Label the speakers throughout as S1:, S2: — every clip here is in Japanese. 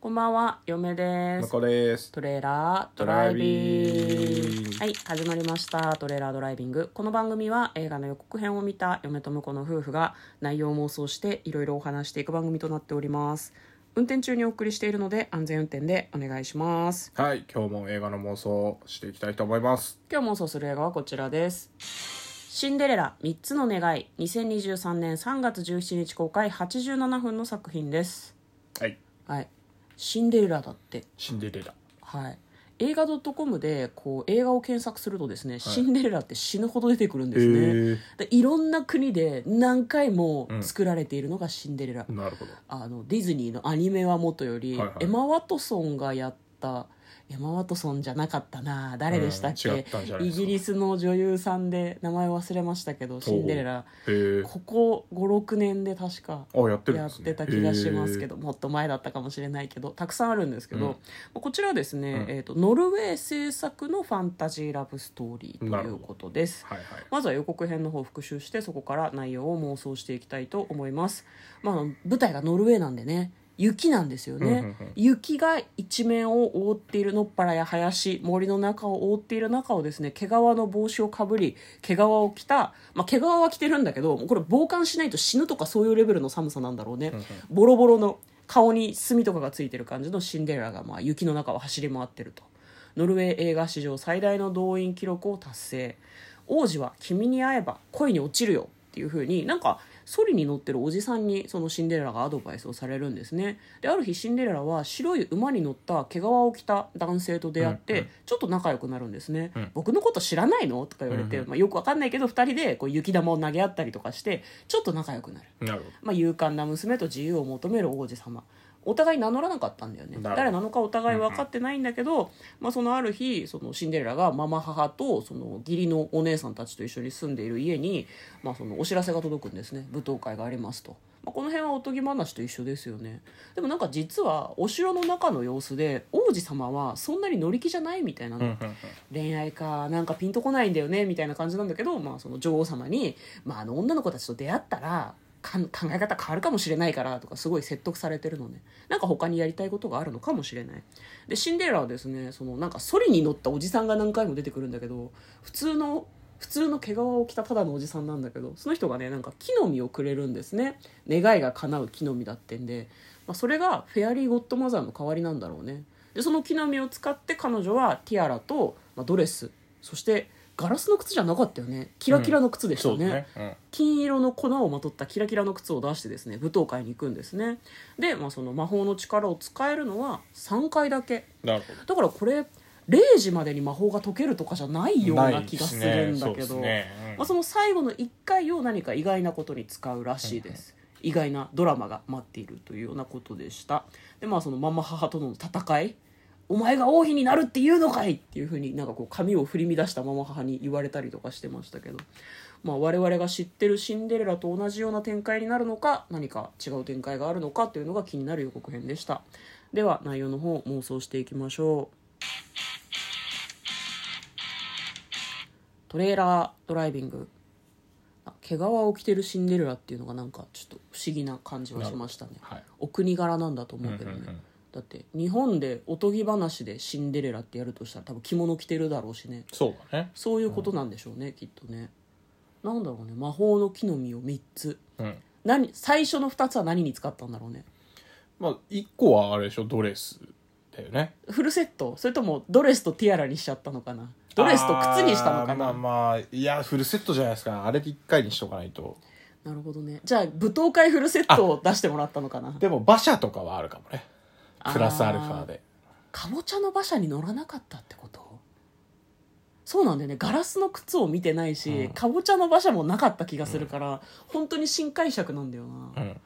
S1: こんばんは、嫁で
S2: 向
S1: す。
S2: こうです
S1: トレーラードライビング。はい、始まりました。トレーラードライビング。この番組は映画の予告編を見た嫁と婿の夫婦が内容を妄想していろいろお話していく番組となっております。運転中にお送りしているので安全運転でお願いします。
S2: はい今日も映画の妄想をしていきたいと思います
S1: 今日妄想する映画はこちらです。シンデレラ3つの願い2023年3月17日公開87分の作品です。
S2: はい
S1: はい。シンデレラだって。
S2: シンデレラ
S1: はい、映画 .com でこう映画を検索するとですね、シンデレラって死ぬほど出てくるんですね、でいろんな国で何回も作られているのがシンデレラ、
S2: なるほど
S1: あのディズニーのアニメはもとより、
S2: はいはい
S1: エマ・ワトソンがやったエマ・ワトソンじゃなかったな誰でしたっけ、
S2: うん違ったんじゃな
S1: イ
S2: いですか
S1: ギリスの女優さんで名前忘れましたけどシンデレラ
S2: へえ
S1: ここ56年で確か
S2: あやってるん
S1: や
S2: で
S1: っ
S2: すね
S1: てた気がしますけど、もっと前だったかもしれないけどたくさんあるんですけど、こちらはですね、えー、とノルウェー制作のファンタジーラブストーリーということです。
S2: はいはい
S1: まずは予告編の方を復習してそこから内容を妄想していきたいと思います、まあ、あの舞台がノルウェーなんでね雪なんですよね、
S2: うんうんうん
S1: 雪が一面を覆っている野っ原や林森の中を覆っている中をですね毛皮の帽子をかぶり毛皮を着た、まあ、毛皮は着てるんだけどもうこれ防寒しないと死ぬとかそういうレベルの寒さなんだろうね、ボロボロの顔に墨とかがついてる感じのシンデレラがまあ雪の中を走り回ってるとノルウェー映画史上最大の動員記録を達成王子は君に会えば恋に落ちるよっていう風になんかソリに乗ってるおじさんにそのシンデレラがアドバイスをされるんですねである日シンデレラは白い馬に乗った毛皮を着た男性と出会ってちょっと仲良くなるんですね、僕のこと知らないのとか言われて、まあ、よくわかんないけど2人でこう雪玉を投げ合ったりとかしてちょっと仲良くなる
S2: なるほ
S1: まあ、勇敢な娘と自由を求める王子様お互い名乗らなかったんだよね
S2: なるほど
S1: 誰なのかお互い分かってないんだけど、まあ、そのある日そのシンデレラがママ母とその義理のお姉さんたちと一緒に住んでいる家に、まあ、そのお知らせが届くんですね舞踏会がありますと、まあ、この辺はおとぎ話と一緒ですよねでもなんか実はお城の中の様子で王子様はそんなに乗り気じゃないみたいなの、
S2: ど、うんうんうん
S1: 恋愛かなんかピンとこないんだよねみたいな感じなんだけど、まあ、その女王様に、まあ、あの女の子たちと出会ったらかん考え方変わるかもしれないからとかすごい説得されてるのねなんか他にやりたいことがあるのかもしれないでシンデレラはですねそのなんかソリに乗ったおじさんが何回も出てくるんだけど普通の普通の毛皮を着たただのおじさんなんだけどその人がねなんか木の実をくれるんですね願いが叶う木の実だってんで、まあ、それがフェアリーゴッドマザーの代わりなんだろうねでその木の実を使って彼女はティアラと、まあ、ドレスそしてガラスの靴じゃなかったよねキラキラの靴でした
S2: そ
S1: ね,、
S2: うですね、うん、
S1: 金色の粉をまとったキラキラの靴を出してですね舞踏会に行くんですねで、まあ、その魔法の力を使えるのは3回だけ
S2: なるほど
S1: だからこれ0時までに魔法が解けるとかじゃないような気がするんだ
S2: な
S1: け
S2: いですねそうです
S1: ど、
S2: ねうん
S1: まあ、その最後の1回を何か意外なことに使うらしいです、意外なドラマが待っているというようなことでしたでまあそのママ母との戦いお前が王妃になるっていうのかいっていうふうになんかこう髪を振り乱したママ母に言われたりとかしてましたけど、まあ、我々が知ってるシンデレラと同じような展開になるのか何か違う展開があるのかというのが気になる予告編でしたでは内容の方妄想していきましょうトレーラードライビングあ毛皮を着てるシンデレラっていうのがなんかちょっと不思議な感じはしましたね、
S2: はい
S1: お国柄なんだと思うけどね、
S2: うんうんうん
S1: だって日本でおとぎ話でシンデレラってやるとしたら多分着物着てるだろうしね
S2: そうだね
S1: そういうことなんでしょうね、きっとねなんだろうね魔法の木の実を3つ
S2: うん
S1: 何最初の2つは何に使ったんだろうね
S2: まあ一個はあれでしょドレスだよね
S1: フルセットそれともドレスとティアラにしちゃったのかなドレスと靴にしたのかな、
S2: あーまあまあいやフルセットじゃないですかあれで一回にしとかないと
S1: なるほどねじゃあ舞踏会フルセットを出してもらったのかな
S2: でも馬車とかはあるかもねプラスアルファで
S1: かぼちゃの馬車に乗らなかったってことそうなんだよねガラスの靴を見てないし、
S2: うん
S1: かぼちゃの馬車もなかった気がするから、本当に新解釈なんだよな、
S2: うん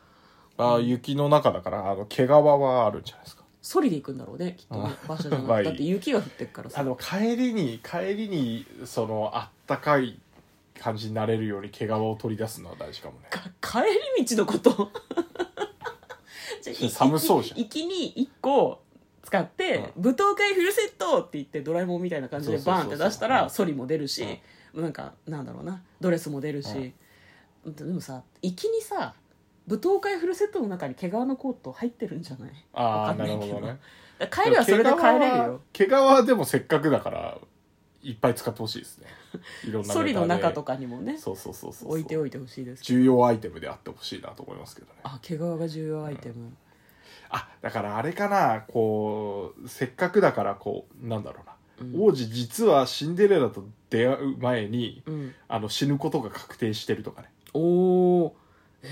S2: あー雪の中だからあの毛皮はあるんじゃないですか
S1: ソリで行くんだろうねきっとね馬車じゃなく
S2: まあ
S1: て
S2: いい
S1: だって雪が降ってっから
S2: あ
S1: さ
S2: の帰りに帰りにそのあったかい感じになれるように毛皮を取り出すのは大事かもね
S1: か帰り道のこと じゃあい
S2: 寒そうじゃん
S1: 行きに1個使って、舞踏会フルセットって言ってドラえもんみたいな感じで
S2: そうそう
S1: バ
S2: そう
S1: ーン
S2: そ
S1: っ
S2: う
S1: て出したら
S2: うん
S1: ソリも出るし、なんかなんだろうなドレスも出るし、でもさ行きにさ舞踏会フルセットの中に毛皮のコート入ってるんじゃない
S2: ああ
S1: わか
S2: な
S1: な
S2: んる
S1: い
S2: ほ
S1: けど
S2: どね
S1: だから帰りはそれで帰れるよ
S2: 毛皮は毛皮はでもせっかくだからいっぱい使ってほしいで すねいろんな
S1: ソリの中と
S2: か
S1: かにもね
S2: そうそうそうそう
S1: 置いてお
S2: い
S1: いてほしいですけど
S2: 重要アイテムであってほしいなと思いますけどね
S1: あ毛皮が重要アイテム、
S2: あだからあれかなこうせっかくだからこうなんだろう
S1: う
S2: な、
S1: ん
S2: 王子実はシンデレラと出会う前に
S1: うん、
S2: あの死ぬことが確定してるとかね
S1: おおえ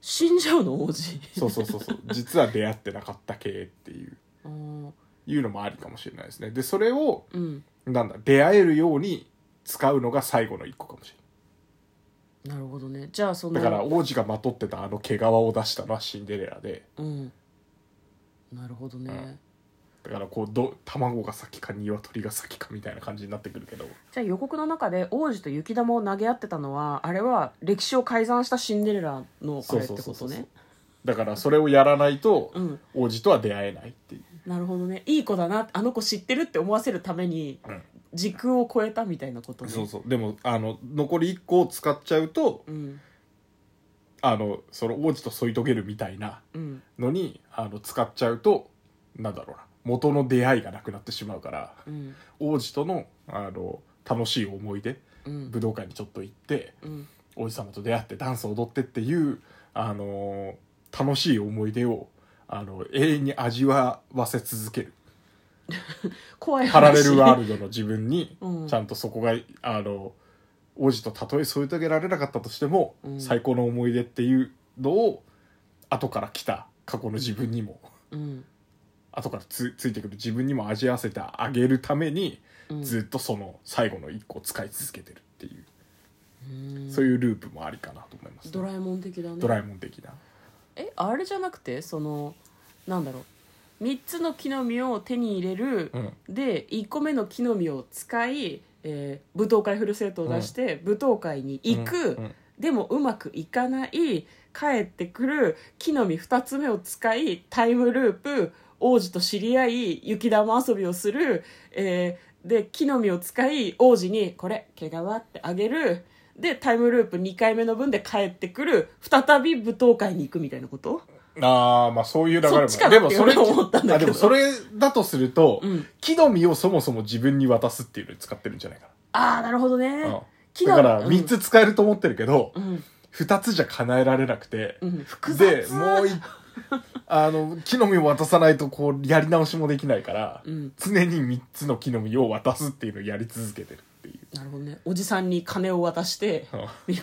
S1: 死んじゃうの王子
S2: そうそうそうそう実は出会ってなかった系っていう
S1: あー
S2: いうのもありかもしれないですねでそれを
S1: うん
S2: なんだ出会えるように使うのが最後の一個かもし
S1: なるほどねじゃあそ
S2: れ
S1: の
S2: ないだから王子がまとってたあの毛皮を出したのはシンデレラで
S1: うんなるほどね、
S2: うんだからこうど卵が先か鶏が先かみたいな感じになってくるけど
S1: じゃあ予告の中で王子と雪玉を投げ合ってたのはあれは歴史を改ざんしたシンデレラのあれってこ
S2: そ
S1: と
S2: うそうそうそう
S1: ね
S2: だからそれをやらないと
S1: うん
S2: 王子とは出会えないっていう
S1: なるほどねいい子だなあの子知ってるって思わせるために
S2: うん
S1: 時空を超えたみたいなことね
S2: そうそうでもあの残り1個を使っちゃうと
S1: うん
S2: あのその王子と添い遂げるみたいな
S1: うん
S2: のにあの使っちゃうとなんだろうな元の出会いがなくなってしまうから
S1: うん
S2: 王子とのあの楽しい思い出
S1: うん
S2: 武道館にちょっと行って
S1: うん
S2: 王子様と出会ってダンスを踊ってっていうあの楽しい思い出をあの永遠に味わわせ続ける
S1: 怖い話
S2: パラレルワールドの自分に
S1: うん
S2: ちゃんとそこがあの王子とたとえ添い遂げられなかったとしても、
S1: うん
S2: 最高の思い出っていうのを後から来た過去の自分にも
S1: うん
S2: 後からつついてくる自分にも味合わせてあげるために、
S1: うん
S2: ずっとその最後の一個を使い続けてるっていう、
S1: うん
S2: そういうループもありかなと思いますね、
S1: ドラえもん的だね
S2: ドラえもん的な
S1: えあれじゃなくてそのなんだろう3つの木の実を手に入れる、
S2: うん
S1: で1個目の木の実を使い、えー舞踏会フルセットを出して、舞踏会に行く、
S2: うんうん
S1: でもうまくいかない帰ってくる木の実2つ目を使いタイムループ王子と知り合い雪玉遊びをする、えーで木の実を使い王子にこれ毛皮ってあげるでタイムループ2回目の分で帰ってくる再び舞踏会に行くみたいなこと
S2: ああまあそういう流れも
S1: そっちかな
S2: でも
S1: って
S2: それ
S1: 俺思ったんだけど
S2: あでもそれだとすると、
S1: うん
S2: 木の実をそもそも自分に渡すっていうのに使ってるんじゃないかな
S1: ああなるほどね、
S2: う
S1: 木
S2: ん、
S1: の
S2: だから
S1: うん
S2: 3つ使えると思ってるけど、
S1: うん
S2: 二2つじゃ叶えられなくて、
S1: うん複
S2: で
S1: 雑
S2: もういあの木の実を渡さないとこうやり直しもできないから、
S1: うん
S2: 常に3つの木の実を渡すっていうのをやり続けてるっていう、
S1: なるほどねおじさんに金を渡して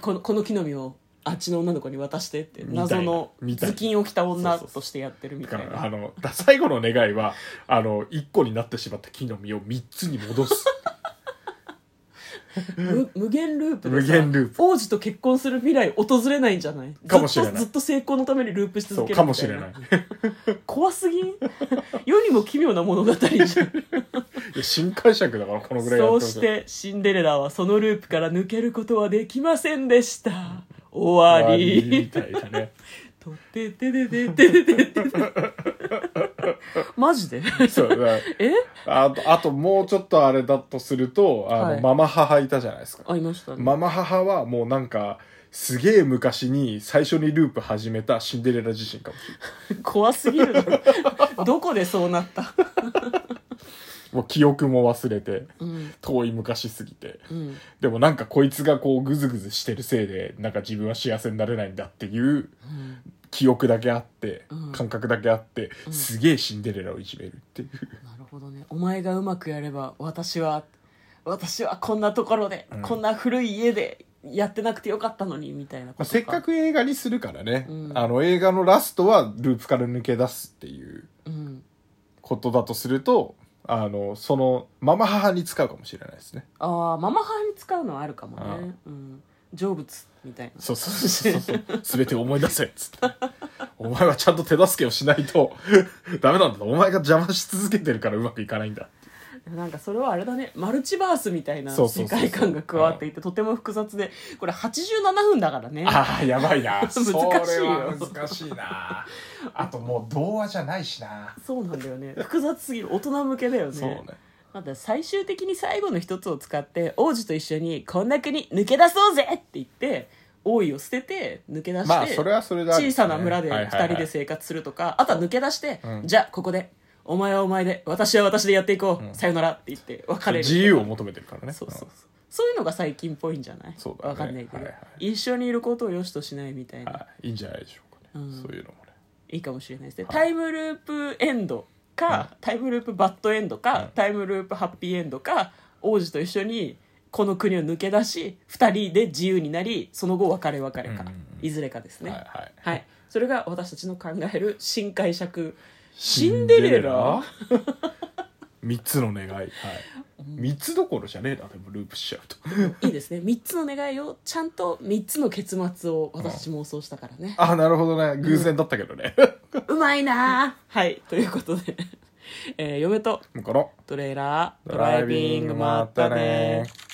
S1: このこの木の実をあっちの女の子に渡してって
S2: みたいな
S1: 謎の
S2: みたい
S1: 頭
S2: な
S1: 巾を着た女としてやってるみ
S2: だ
S1: た
S2: か
S1: い
S2: らあ
S1: な
S2: のだ最後の願いはあの1個になってしまった木の実を3つに戻す
S1: む無限ループでさ
S2: 無限ループ
S1: 王子と結婚する未来訪れないんじゃない
S2: かもしれない
S1: ずっとずっと成功のためにループし
S2: そ
S1: 続
S2: う
S1: けるみたいな
S2: かもしれない
S1: 怖すぎん世にも奇妙な物語じゃん
S2: いや新解釈だからこのぐらいや
S1: そ
S2: ってほ
S1: う
S2: しい
S1: してシンデレラはそのループから抜けることはできませんでした終わ
S2: 終
S1: り
S2: みたいなね
S1: とってててててててててマジで
S2: そうだから
S1: え
S2: あと、あともうちょっとあれだとすると、あの、
S1: はい
S2: ママ母いたじゃないですか。
S1: あいましたね、
S2: ママ母はもうなんか、すげえ昔に最初にループ始めたシンデレラ自身かもしれない。
S1: 怖すぎるな どこでそうなった
S2: もう記憶も忘れて、
S1: うん
S2: 遠い昔すぎて。
S1: うん
S2: でもなんかこいつがこうグズグズしてるせいで、なんか自分は幸せになれないんだっていう記憶だけあって、
S1: うん
S2: 感覚だけあって、すげえシンデレラをいじめるって いう。
S1: なるほどねお前がうまくやれば私は私はこんなところで、
S2: うん
S1: こんな古い家でやってなくてよかったのにみたいなこと
S2: ま
S1: か
S2: あ、せっか、く映画にするからね、
S1: うん
S2: あの映画のラストはループから抜け出すっていう。
S1: うん、
S2: ことだとするとあのそのママ母に使うかもしれないですね
S1: ああママ派に使うのはあるかも
S2: ああ
S1: ね、うん、成仏みたいな
S2: そうそうそうそうそう全て思い出せっつってお前はちゃんと手助けをしないと ダメなんだお前が邪魔し続けてるからうまくいかないんだ
S1: なんかそれはあれだねマルチバースみたいな
S2: そうそうそ
S1: 世
S2: うそう
S1: 界観が加わっていてとても複雑でこれ87分だからね
S2: ああやばい な
S1: 難しいよ
S2: それは難しいなあともう童話じゃないしな
S1: そうなんだよね複雑すぎる大人向けだよ
S2: そうね
S1: まだ最終的に最後の一つを使って王子と一緒にこんな国抜け出そうぜって言って多いを捨てて抜け出して、
S2: まあそれはそれだ、
S1: 小さな村で
S2: は
S1: 2
S2: いはいはい
S1: 人で生活するとか、あとは抜け出して、
S2: うん
S1: じゃあここでお前はお前で私は私でやっていこう、さよならって言って別れる
S2: 自由を求めてるからね
S1: そうそうそうそういうのが最近っぽいんじゃない
S2: そうだね
S1: わかんないけど、
S2: はいは
S1: 一緒にいることを良しとしないみたい
S2: うん
S1: な
S2: はいいいんじゃないでしょうかね、
S1: うん
S2: そういうのもね
S1: いいかもしれないですね、
S2: はい
S1: タイムループエンドか、タイムループバッドエンドか、
S2: うん
S1: タイムループハッピーエンドか王子と一緒にこの国を抜け出し2人で自由になりその後別れ別れか、
S2: うんうんうん
S1: いずれかですね
S2: はい
S1: は
S2: はい
S1: い、それが私たちの考える新解釈
S2: シ
S1: シ
S2: ン
S1: ン
S2: デ
S1: デ
S2: レ
S1: レ
S2: ラ
S1: ラ
S2: 三つの願い、はい、三つどころじゃねえなでもループしちゃうと
S1: いいですね3つの 願いをちゃんと3つの結末を私たち妄想したから ね、
S2: あなるほどね偶然だったけどね
S1: うまいなあはいということで、えー嫁と
S2: 向こうの
S1: トレーラード
S2: ド
S1: ラ
S2: ラ
S1: イ
S2: イビ
S1: ビ
S2: ン
S1: ン
S2: グ
S1: グ
S2: もあ
S1: ま
S2: っ
S1: った
S2: た
S1: ね
S2: ね